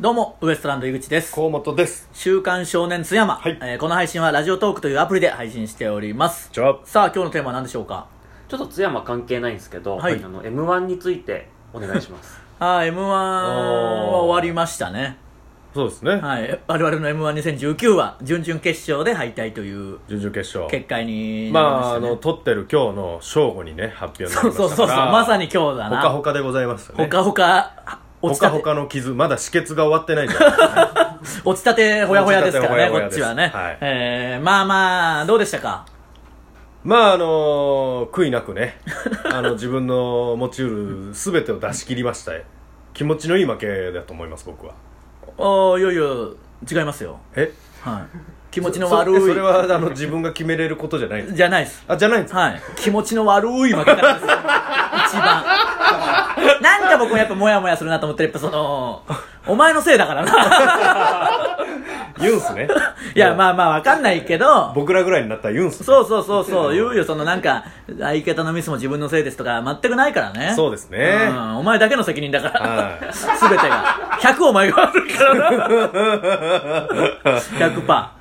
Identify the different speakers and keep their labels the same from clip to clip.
Speaker 1: どうも、ウエストランド井口です。
Speaker 2: 河本です
Speaker 1: 週刊少年津山、
Speaker 2: はい
Speaker 1: えーこの配信はラジオトークというアプリで配信しております。
Speaker 2: じゃあ
Speaker 1: さあ、今日のテーマは何でしょうか
Speaker 3: ちょっと津山関係ないんですけど、
Speaker 1: はい
Speaker 3: あの m 1についてお願いします
Speaker 1: あー、M1 は終わりましたね。
Speaker 2: そうですね、
Speaker 1: はい。我々の M12019 は、準々決勝で敗退という
Speaker 2: 準々決勝
Speaker 1: 結果に
Speaker 2: ま
Speaker 1: なりまし
Speaker 2: あ
Speaker 1: た、
Speaker 2: あ
Speaker 1: ね。
Speaker 2: の撮ってる今日の正午にね発表になり
Speaker 1: そ
Speaker 2: ま
Speaker 1: うそ
Speaker 2: したか
Speaker 1: う
Speaker 2: ら
Speaker 1: そうそう、まさに今日だ
Speaker 2: ほか
Speaker 1: な。
Speaker 2: ほかでございます
Speaker 1: ほ
Speaker 2: ね
Speaker 1: かほか、
Speaker 2: ほ
Speaker 1: 落ち
Speaker 2: か
Speaker 1: た
Speaker 2: ほ
Speaker 1: て、
Speaker 2: かの傷まだ止血が終わってないんじ ゃない
Speaker 1: 落ちたてほやほやですからね、こっ
Speaker 2: 落
Speaker 1: ち
Speaker 2: ちたてほやほやです
Speaker 1: はね。
Speaker 2: はい
Speaker 1: えー、まあまあ、どうでしたか
Speaker 2: まああのー悔いなくねあの自分の持ちうる全てを出し切りましたよ気持ちのいい負けだと思います僕は
Speaker 1: ああ、いやいや、違いますよ。
Speaker 2: え
Speaker 1: はい。気持ちの
Speaker 2: そ
Speaker 1: 悪い。
Speaker 2: えそれはあの自分が決めれることじゃないんです
Speaker 1: じゃないです。
Speaker 2: あじゃないんですか、
Speaker 1: はい。気持ちの悪い負け方です。一番。なんか僕はやっぱモヤモヤするなと思って、やっぱその、お前のせいだからな。
Speaker 2: 言うんすね
Speaker 1: いや、
Speaker 2: あ
Speaker 1: まあまあわかんないけど、
Speaker 2: 僕らぐらいになったら言うんすね
Speaker 1: そうそうそうそう、言うよ、そのなんか、相方のミスも自分のせいですとか、全くないからね。
Speaker 2: そう
Speaker 1: う
Speaker 2: ですね、
Speaker 1: ん、お前だけの責任だから。
Speaker 2: はい
Speaker 1: すべてが。100お前が悪いからな。100%。だか、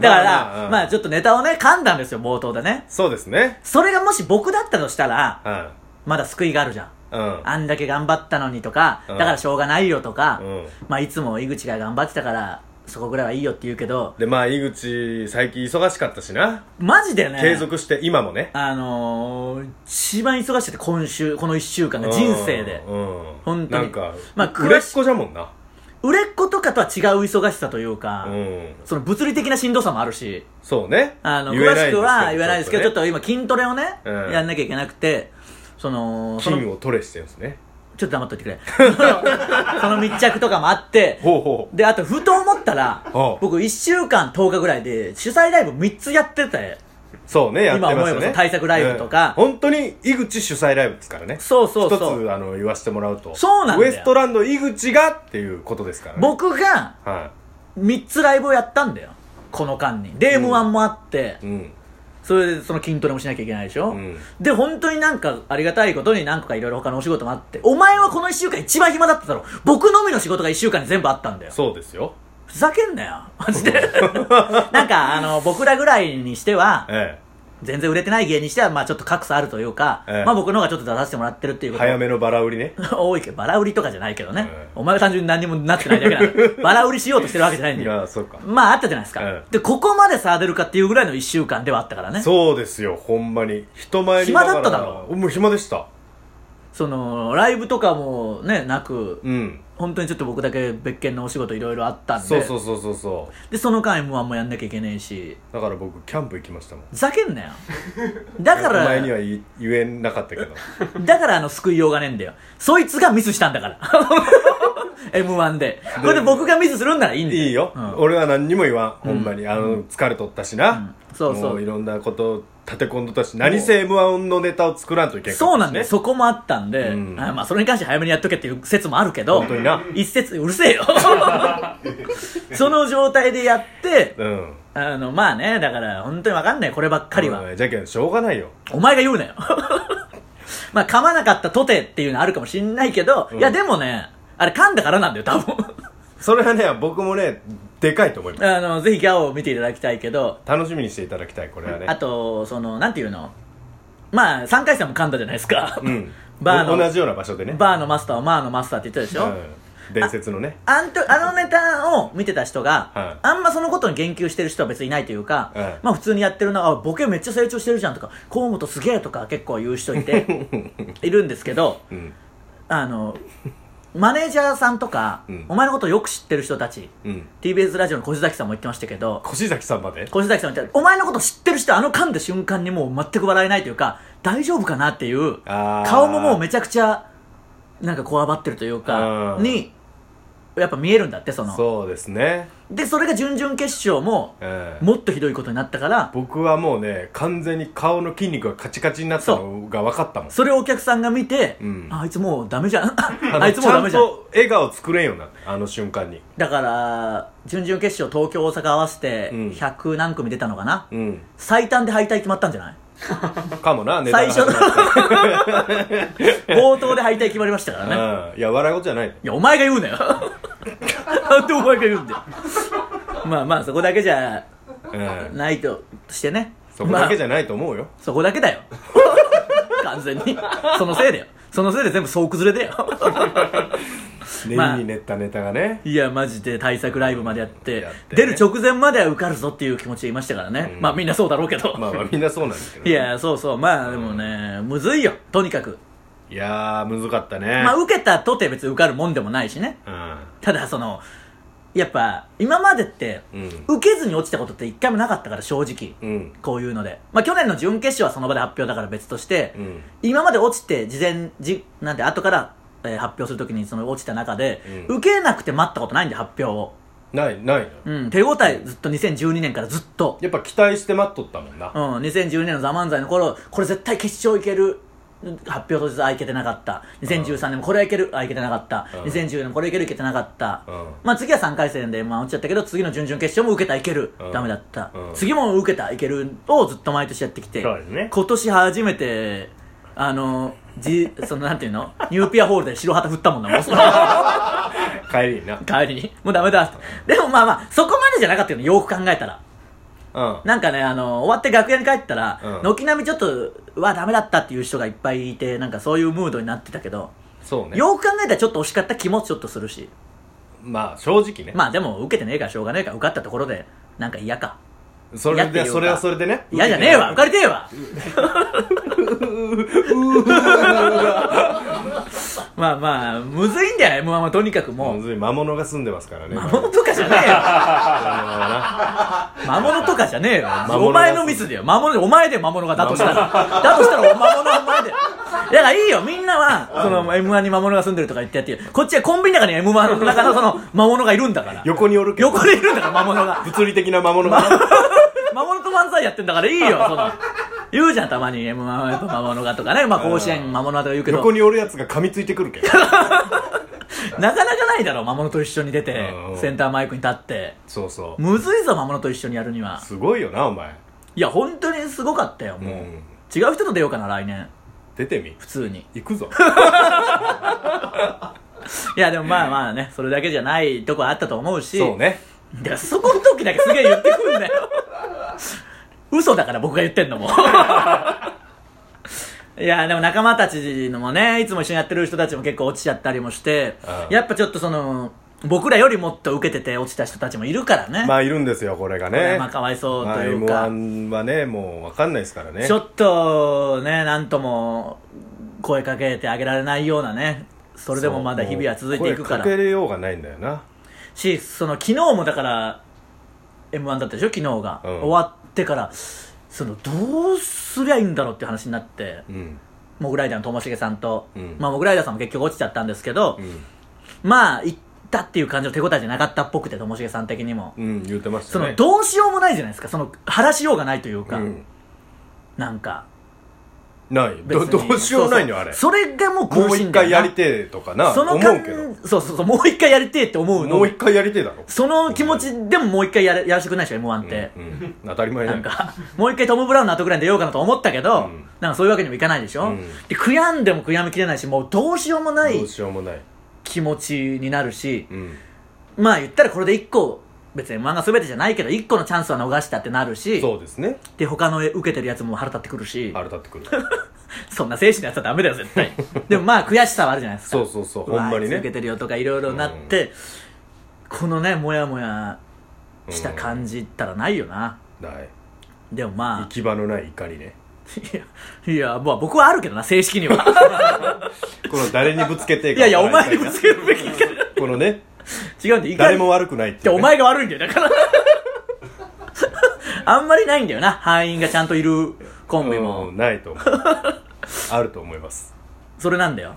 Speaker 2: だから
Speaker 1: まあちょっとネタをね、噛んだんですよ、冒頭でね。
Speaker 2: そうですね。
Speaker 1: それがもし僕だったとしたら、
Speaker 2: は
Speaker 1: まだ救いがあるじゃん。
Speaker 2: い。うん。
Speaker 1: あんだけ頑張ったのにとか、
Speaker 2: う
Speaker 1: だ
Speaker 2: ん
Speaker 1: からしょうがないよとか、
Speaker 2: うん
Speaker 1: まあいつも井口が頑張ってたから、そこぐらいはいいよって言うけど、
Speaker 2: で、まあ、井口、最近忙しかったしな。
Speaker 1: マジでね、
Speaker 2: 継続して、今もね。
Speaker 1: あのー、一番忙しくて今週、この一週間が人生で。
Speaker 2: うん。うん
Speaker 1: 本当に
Speaker 2: なんか、
Speaker 1: ま
Speaker 2: ま
Speaker 1: あ
Speaker 2: あ、
Speaker 1: 詳し
Speaker 2: 売れっ子じゃもんな。
Speaker 1: 売れっ子とかとは違う忙しさというか、
Speaker 2: うん。
Speaker 1: その物理的なしんどさもあるし、
Speaker 2: そうね。
Speaker 1: あの、
Speaker 2: 言えない
Speaker 1: 詳しくは言わないですけど、ちょっ
Speaker 2: ね
Speaker 1: と今筋トレをね、
Speaker 2: うん
Speaker 1: やんなきゃいけなくて、その、その、
Speaker 2: 金を取れしてるんですね。
Speaker 1: ちょっと黙っといてくれ。 その密着とかもあって、
Speaker 2: ほうほう。
Speaker 1: で、あと、ふと思ったら
Speaker 2: ああ、
Speaker 1: 僕1週間10日ぐらいで、主催ライブ3つやってて、
Speaker 2: そうね、やってま
Speaker 1: 今
Speaker 2: す
Speaker 1: 思え
Speaker 2: よ
Speaker 1: ば
Speaker 2: ね。
Speaker 1: 対策ライブとか
Speaker 2: うん本当に、井口主催ライブですからね。
Speaker 1: そうそうそう
Speaker 2: 一つ、あの、言わせてもらうと。
Speaker 1: そうなんだよ
Speaker 2: ウエストランド井口がっていうことですからね。
Speaker 1: 僕が
Speaker 2: は
Speaker 1: 3つライブをやったんだよ。この間に。で、
Speaker 2: うん
Speaker 1: M1 もあって
Speaker 2: い。う、ん。
Speaker 1: それでその筋トレもしなきゃいけないでしょ
Speaker 2: うん
Speaker 1: で、本当になんか、ありがたいことに何個かいろいろ他のお仕事もあって、お前はこの1週間一番暇だっただろ。僕のみの仕事が1週間に全部あったんだよ。
Speaker 2: そうですよ。
Speaker 1: ふざけんなよ。マ ジで。なんか、あの、僕らぐらいにしては、
Speaker 2: え
Speaker 1: 全然売れてない芸人にしては、まあちょっと格差あるというか、
Speaker 2: ええ
Speaker 1: まあ僕の方がちょっと出させてもらってるってい
Speaker 2: え。
Speaker 1: うこと
Speaker 2: 早めのバラ売りね。
Speaker 1: 多いけど、バラ売りとかじゃないけどね。
Speaker 2: ええ
Speaker 1: お前は単純に何にもなってないだけな の。バラ売りしようとしてるわけじゃないん
Speaker 2: い
Speaker 1: だよ。
Speaker 2: や、そうか。
Speaker 1: まああったじゃないですか。
Speaker 2: ええ
Speaker 1: で、ここまで差出るかっていうぐらいの一週間ではあったからね。
Speaker 2: そうですよ、ほんまに。人前に
Speaker 1: 暇だっただろ
Speaker 2: もう暇でした。
Speaker 1: その、ライブとかもね、なく、
Speaker 2: うん。
Speaker 1: 本当にちょっと僕だけ別件のお仕事いろいろあったんで。
Speaker 2: そうそうそうそうそう。
Speaker 1: で、その間 M1 もやんなきゃいけないし、
Speaker 2: だから僕、キャンプ行きましたもん。
Speaker 1: ふざけんなよ。だ から、
Speaker 2: 前には言い言えなかったけど。
Speaker 1: だからあの救いようがねえんだよ。そいつがミスしたんだから。M1 で。これで僕がミスするんならいいんだよ。
Speaker 2: いいよ、
Speaker 1: うん
Speaker 2: 俺は何にも言わん。ほんまに。あの、疲れとったしな。
Speaker 1: うんそうそう
Speaker 2: もいろんなこと立て込んどったし、何せ M1 のネタを作らんといけんかったしね
Speaker 1: そうなんだよ。そこもあったんで、
Speaker 2: うん
Speaker 1: あまあそれに関して早めにやっとけっていう説もあるけど、
Speaker 2: 本当にな
Speaker 1: 一説、うるせえ よ。その状態でやって、
Speaker 2: うん。
Speaker 1: あの、まあね、だから本当にわかんない、こればっかりは。
Speaker 2: うんじゃけん、しょうがないよ。
Speaker 1: お前が言うなよ。 まあ噛まなかったとてっていうのあるかもしんないけど、
Speaker 2: うん
Speaker 1: いやでもね、あれ噛んだからなんだよ、多分。
Speaker 2: それはね、僕もね、でかいと思います。
Speaker 1: あの、ぜひギャオを見ていただきたいけど、
Speaker 2: 楽しみにしていただきたい、これはね。
Speaker 1: あと、その、なんていうのまあ、3回戦も噛んだじゃないですか。
Speaker 2: うん。
Speaker 1: バーの
Speaker 2: 同じような場所でね。
Speaker 1: バーのマスターはマーのマスターって言ってたでしょ、
Speaker 2: うん伝説のね。
Speaker 1: あんとあのネタを見てた人が、
Speaker 2: はい
Speaker 1: あんまそのことに言及してる人は別にいないというか、
Speaker 2: はい
Speaker 1: まあ普通にやってるのは、あボケめっちゃ成長してるじゃんとか、河本すげえとか結構言う人い て、いるんですけど、
Speaker 2: うん。
Speaker 1: あの、マネージャーさんとか、
Speaker 2: うん
Speaker 1: お前のことをよく知ってる人たち、
Speaker 2: うん。
Speaker 1: TBS ラジオの小崎さんも言ってましたけど、
Speaker 2: 越崎さんまで
Speaker 1: 小崎さんみたいな、お前のこと知ってる人、あの噛んだ瞬間にもう全く笑えないというか、大丈夫かなっていう、
Speaker 2: あー
Speaker 1: 顔ももうめちゃくちゃ、なんかこわばってるというか、
Speaker 2: うん
Speaker 1: に、やっぱ見えるんだって、その。
Speaker 2: そうですね、
Speaker 1: で、それが準々決勝も、
Speaker 2: うん、
Speaker 1: もっとひどいことになったから、
Speaker 2: 僕はもうね完全に顔の筋肉がカチカチになったのが分かったもん
Speaker 1: それをお客さんが見て、
Speaker 2: うん
Speaker 1: あいつもうダメじゃ ん。
Speaker 2: の
Speaker 1: あいつもうダメじゃ
Speaker 2: ち
Speaker 1: ん
Speaker 2: ゃん。と笑顔作れんよなあの瞬間に
Speaker 1: だから、準々決勝、東京、大阪合わせて、
Speaker 2: うん
Speaker 1: 100何組出たのかな、
Speaker 2: うん
Speaker 1: 最短で敗退決まったんじゃない
Speaker 2: かもなネタ
Speaker 1: 最
Speaker 2: が
Speaker 1: 初の、冒頭で敗退決まりましたからね。
Speaker 2: うんいや笑い事じゃない
Speaker 1: いや、お前が言うなよ。なんでお前が言うんだよまあまあそこだけじゃ
Speaker 2: ええ
Speaker 1: ないとしてね
Speaker 2: そこだけじ
Speaker 1: ゃ、
Speaker 2: ゃないと思う
Speaker 1: ま
Speaker 2: よ、
Speaker 1: あそこだけだよ 完全にそのせいだよそのせいで全部総崩れ だよまあ
Speaker 2: 練りに練ったネタがね、
Speaker 1: いやマジで対策ライブまでやって
Speaker 2: やって
Speaker 1: 出る直前までは受かるぞっていう気持ちでいましたからね、
Speaker 2: うん
Speaker 1: まあみんなそうだろうけど、
Speaker 2: まあ、まあみんなそうなんですけど
Speaker 1: いやそうそうまあでもねむずいよとにかく
Speaker 2: いやーむずかったね、
Speaker 1: まあ受けたとて別に受かるもんでもないしねただそのやっぱ今までって
Speaker 2: うん
Speaker 1: 受けずに落ちたことって一回もなかったから正直
Speaker 2: うんうん
Speaker 1: こういうのでまあ去年の準決勝はその場で発表だから別として
Speaker 2: うん
Speaker 1: 今まで落ちて事前じなんて後からえー発表するときにその落ちた中で
Speaker 2: うん
Speaker 1: 受けなくて待ったことないんで発表を
Speaker 2: ないないな
Speaker 1: うん手応えずっと2012年からずっと
Speaker 2: やっぱ期待して待っとったもんな、
Speaker 1: うん、2012年の「ザ漫才の頃これ絶対決勝いける発表当日あいけてなかった2013年もこれはいけるあいけてなかった
Speaker 2: うん
Speaker 1: 2014年これいけるいけてなかった、
Speaker 2: うん
Speaker 1: まあ、次は3回戦で、まあ、落ちちゃったけど次の準々決勝も受けたいける、
Speaker 2: うん
Speaker 1: ダメだった、
Speaker 2: うん
Speaker 1: 次も受けたいけるをずっと毎年やってきて、
Speaker 2: そうですね
Speaker 1: 今年初めてあのじ そのなんていうのニューピアホールで白旗振ったもんなもうその
Speaker 2: 帰りにな
Speaker 1: 帰りにもうダメだでもまあまあそこまでじゃなかったよねよく考えたら
Speaker 2: うん
Speaker 1: なんかね、あの、終わって楽屋に帰ったら、
Speaker 2: うん
Speaker 1: 軒並みちょっと、うわ、ダメだったっていう人がいっぱいいて、なんかそういうムードになってたけど、
Speaker 2: そうね
Speaker 1: よく考えたらちょっと惜しかった気もちょっとするし、
Speaker 2: まあ正直ね、
Speaker 1: まあでも受けてねえからしょうがねえから受かったところで、なんか嫌か。
Speaker 2: そ
Speaker 1: や
Speaker 2: れ
Speaker 1: っていう
Speaker 2: で
Speaker 1: か
Speaker 2: それはそれでね
Speaker 1: 嫌じゃねえわ、受かりてえわまあまあ、むずいんだよ、M1 はとにかくも
Speaker 2: も
Speaker 1: う。
Speaker 2: う魔物が住んでますからね
Speaker 1: 魔物とかじゃねえよ 魔物とかじゃねえよ
Speaker 2: 物が
Speaker 1: お前のミスだよ魔物お前で魔物がだとしたらだとしたらお魔物はお前でだからいいよみんなはその m 1に魔物が住んでるとか言ってやってよこっちはコンビニの中に m 1の中のその魔物がいるんだから
Speaker 2: 横におるけど
Speaker 1: 横にいるんだから魔物が
Speaker 2: 物理的な魔物がな
Speaker 1: 魔物と漫才やってんだからいいよその言うじゃんたまに m 1はやっぱ魔物がとかねまあ甲子園魔物がとか言うけど
Speaker 2: 横におるやつが噛みついてくるけ ど
Speaker 1: なかなかないだろ魔物と一緒に出て
Speaker 2: うん
Speaker 1: センターマイクに立って
Speaker 2: そうそう
Speaker 1: むずいぞ魔物と一緒にやるには
Speaker 2: すごいよなお前
Speaker 1: いや本当にすごかったよもう、
Speaker 2: うん
Speaker 1: 違う人と出ようかな来年
Speaker 2: 出てみ
Speaker 1: 普通に
Speaker 2: 行くぞ
Speaker 1: いやでもまあまあねそれだけじゃないとこあったと思う し
Speaker 2: そうね
Speaker 1: いやそこの時だけすげえ言ってくんだよ嘘だから僕が言ってんの もいやでも仲間たちのもねいつも一緒にやってる人たちも結構落ちちゃったりもして
Speaker 2: うん
Speaker 1: やっぱちょっとその僕らよりもっと受けてて落ちた人たちもいるからね、
Speaker 2: まあいるんですよこれが
Speaker 1: これ
Speaker 2: ね
Speaker 1: はまあかわいそう
Speaker 2: ま
Speaker 1: と
Speaker 2: あ
Speaker 1: いうか、
Speaker 2: M1 はねもう分かんないですからね
Speaker 1: ちょっとね、なんとも声かけてあげられないようなね、それでもまだ日々は続いていくか
Speaker 2: そうもう声
Speaker 1: ら。
Speaker 2: かけようがないんだよな
Speaker 1: し、その昨日もだから、M1 だったでしょ、昨日が。
Speaker 2: うん
Speaker 1: 終わってから、その、どうすりゃいいんだろうっていう話になって、
Speaker 2: うん
Speaker 1: モグライダーのともしげさんと、
Speaker 2: うん
Speaker 1: まあモグライダーさんも結局落ちちゃったんですけど、
Speaker 2: うん
Speaker 1: まあ、行ったっていう感じの手応えじゃなかったっぽくて、ともしげさん的にも。
Speaker 2: うん言ってました
Speaker 1: その、
Speaker 2: ね
Speaker 1: どうしようもないじゃないですか、その、晴らしようがないというか、
Speaker 2: うん
Speaker 1: なんか。
Speaker 2: ない
Speaker 1: 別
Speaker 2: ど
Speaker 1: に
Speaker 2: どうしようもないのよあれ
Speaker 1: そうそうそれがもう
Speaker 2: も
Speaker 1: 更
Speaker 2: う一
Speaker 1: 新だよ
Speaker 2: 回
Speaker 1: な
Speaker 2: やりてえとかな
Speaker 1: そ
Speaker 2: 思
Speaker 1: の
Speaker 2: う
Speaker 1: 感
Speaker 2: けど
Speaker 1: そうそうそうもう一回やりてえって思うの
Speaker 2: もう一回やりてえだろ
Speaker 1: その気持ちでももう一回やらやらせてくれないでしょ m 1って、
Speaker 2: うんうん当たり前だ
Speaker 1: な
Speaker 2: よ
Speaker 1: んかもう一回トム・ブラウンの後ぐらいに出ようかなと思ったけど、
Speaker 2: うん
Speaker 1: なんかそういうわけにもいかないでしょ、
Speaker 2: うん
Speaker 1: で悔やんでも悔やみきれないしもうどうしようもない
Speaker 2: どうしようもない
Speaker 1: 気持ちになるし、
Speaker 2: うん
Speaker 1: まあ言ったらこれで一個別に m 1が全てじゃないけど一個のチャンスは逃したってなるし
Speaker 2: そうですね
Speaker 1: で他の受けてるやつも腹立ってくるし
Speaker 2: 腹立ってくる
Speaker 1: そんな精神のやつはダメだよ絶 対でもまあ悔しさはあるじゃないですか
Speaker 2: そうそうそう
Speaker 1: うわ
Speaker 2: ほんまに
Speaker 1: あいつ受け
Speaker 2: ね
Speaker 1: てるよとかいろいろなって、このねモヤモヤした感じったらないよな、
Speaker 2: ない
Speaker 1: でも
Speaker 2: 行
Speaker 1: まあ
Speaker 2: き場のない怒 りね
Speaker 1: いやいやまあ僕はあるけどな正式には
Speaker 2: この誰にぶつけ てい
Speaker 1: いやいやお前にぶつけるべきか
Speaker 2: このね
Speaker 1: 違うんで怒り
Speaker 2: 誰も悪くないっ
Speaker 1: って
Speaker 2: てい
Speaker 1: お
Speaker 2: うね
Speaker 1: 前が悪いんだよだから あんまりないんだよな敗因がちゃんといるコンビも、
Speaker 2: うんないと思うあると思います
Speaker 1: それなんだ よ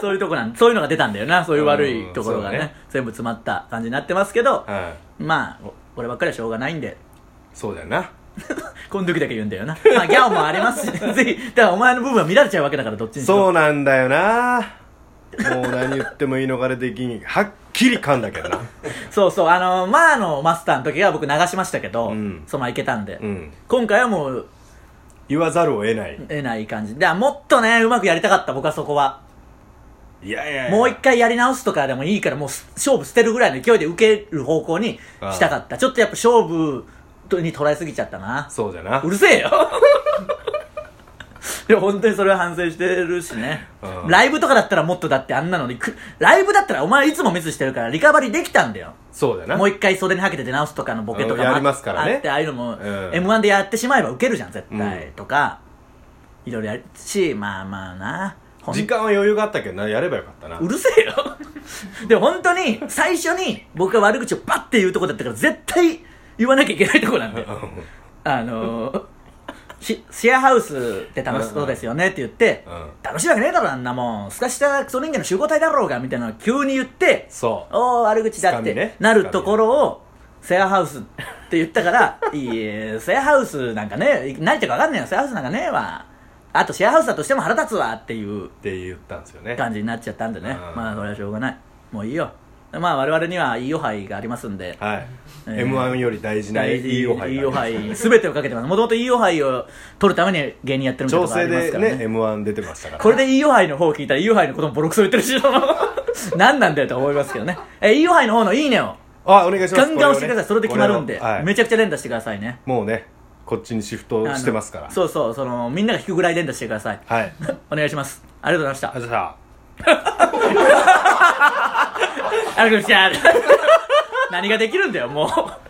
Speaker 1: そういうとこなんそういうのが出たんだよなそういう悪いところがね,、
Speaker 2: うんそうだね
Speaker 1: 全部詰まった感じになってますけど、
Speaker 2: は
Speaker 1: まあお俺ばっかりはしょうがないんで
Speaker 2: いそうだよな
Speaker 1: この時だけ言うんだよな。まあ、ギャオもありますし、 ぜひ、だからお前の部分は見られちゃうわけだから、どっちにしろ。
Speaker 2: そうなんだよなもう何言っても言い逃れできんはっきり噛んだけどな
Speaker 1: そうそうあの、まあのマスターの時は僕流しましたけど、
Speaker 2: うん
Speaker 1: そのままいけたんで、
Speaker 2: うん
Speaker 1: 今回はもう、
Speaker 2: 言わざるを得ない
Speaker 1: えない感じ。で、もっとね、うまくやりたかった、僕はそこは。
Speaker 2: いやいやいや
Speaker 1: もう一回やり直すとかでもいいから、もうす勝負捨てるぐらいの勢いで受ける方向にしたかった。ちょっとやっぱ勝負に捉えすぎちゃったな。
Speaker 2: そうじゃな
Speaker 1: うるせえよ いや本当にそれは反省してるしね、
Speaker 2: うん
Speaker 1: ライブとかだったらもっとだってあんなのにくライブだったらお前いつもミスしてるからリカバリーできたんだよ
Speaker 2: そうじゃな
Speaker 1: もう一回袖にはけて出直すとかのボケとかも
Speaker 2: うん
Speaker 1: あ
Speaker 2: やりますからね
Speaker 1: あってああいうのも、
Speaker 2: ん
Speaker 1: m 1でやってしまえばウケるじゃん絶対、
Speaker 2: うん
Speaker 1: とかいろいろやるしまあまあなほん
Speaker 2: 時間は余裕があったけどなやればよかったな
Speaker 1: うるせえよ で本当に最初に僕が悪口をバッて言うとこだったから絶対言わなきゃいけないとこなんだよあのー、シシェアハウスって楽しそうですよねって言って、
Speaker 2: うん
Speaker 1: 楽しいわけねえだろあんなもんスカしたクソ人間の集合体だろうがみたいなのを急に言って
Speaker 2: そう
Speaker 1: おお悪口だっ
Speaker 2: つかみ
Speaker 1: て
Speaker 2: ね
Speaker 1: なるところをシェアハウスって言ったから いいえシェアハウスなんかね何言ってるか分かんねえよシェアハウスなんかねえわあとシェアハウスだとしても腹立つわっていう
Speaker 2: って言ったんですよね
Speaker 1: 感じになっちゃったんでね
Speaker 2: うん
Speaker 1: まあそれはしょうがないもういいよまあ我々にはいいおはいがありますんで
Speaker 2: はい、
Speaker 1: えー
Speaker 2: m 1より大事ないいいおはい
Speaker 1: いおはい全てをかけてますもともといいおはいを取るために芸人やってるみたいな
Speaker 2: 調
Speaker 1: とこあ
Speaker 2: 整
Speaker 1: ります
Speaker 2: で
Speaker 1: からね
Speaker 2: ね m 1出てましたから
Speaker 1: これでいいおはいの方を聞いたらいいおはいのこともボロクソ言ってるし 何なんだよと思いますけどねえいいおはいの方のいいねを
Speaker 2: あお願いしま
Speaker 1: ガ
Speaker 2: す
Speaker 1: ンガン押してくださいそれで決まるんで、
Speaker 2: これをはい
Speaker 1: めちゃくちゃ連打してくださいね
Speaker 2: もうねこっちにシフトしてますから
Speaker 1: あのそうそうそのみんなが引くぐらい連打してください
Speaker 2: はい
Speaker 1: お願いしますありがとうござい
Speaker 2: あ
Speaker 1: まし
Speaker 2: じゃあ
Speaker 1: たありがとうございました何ができるんだよもう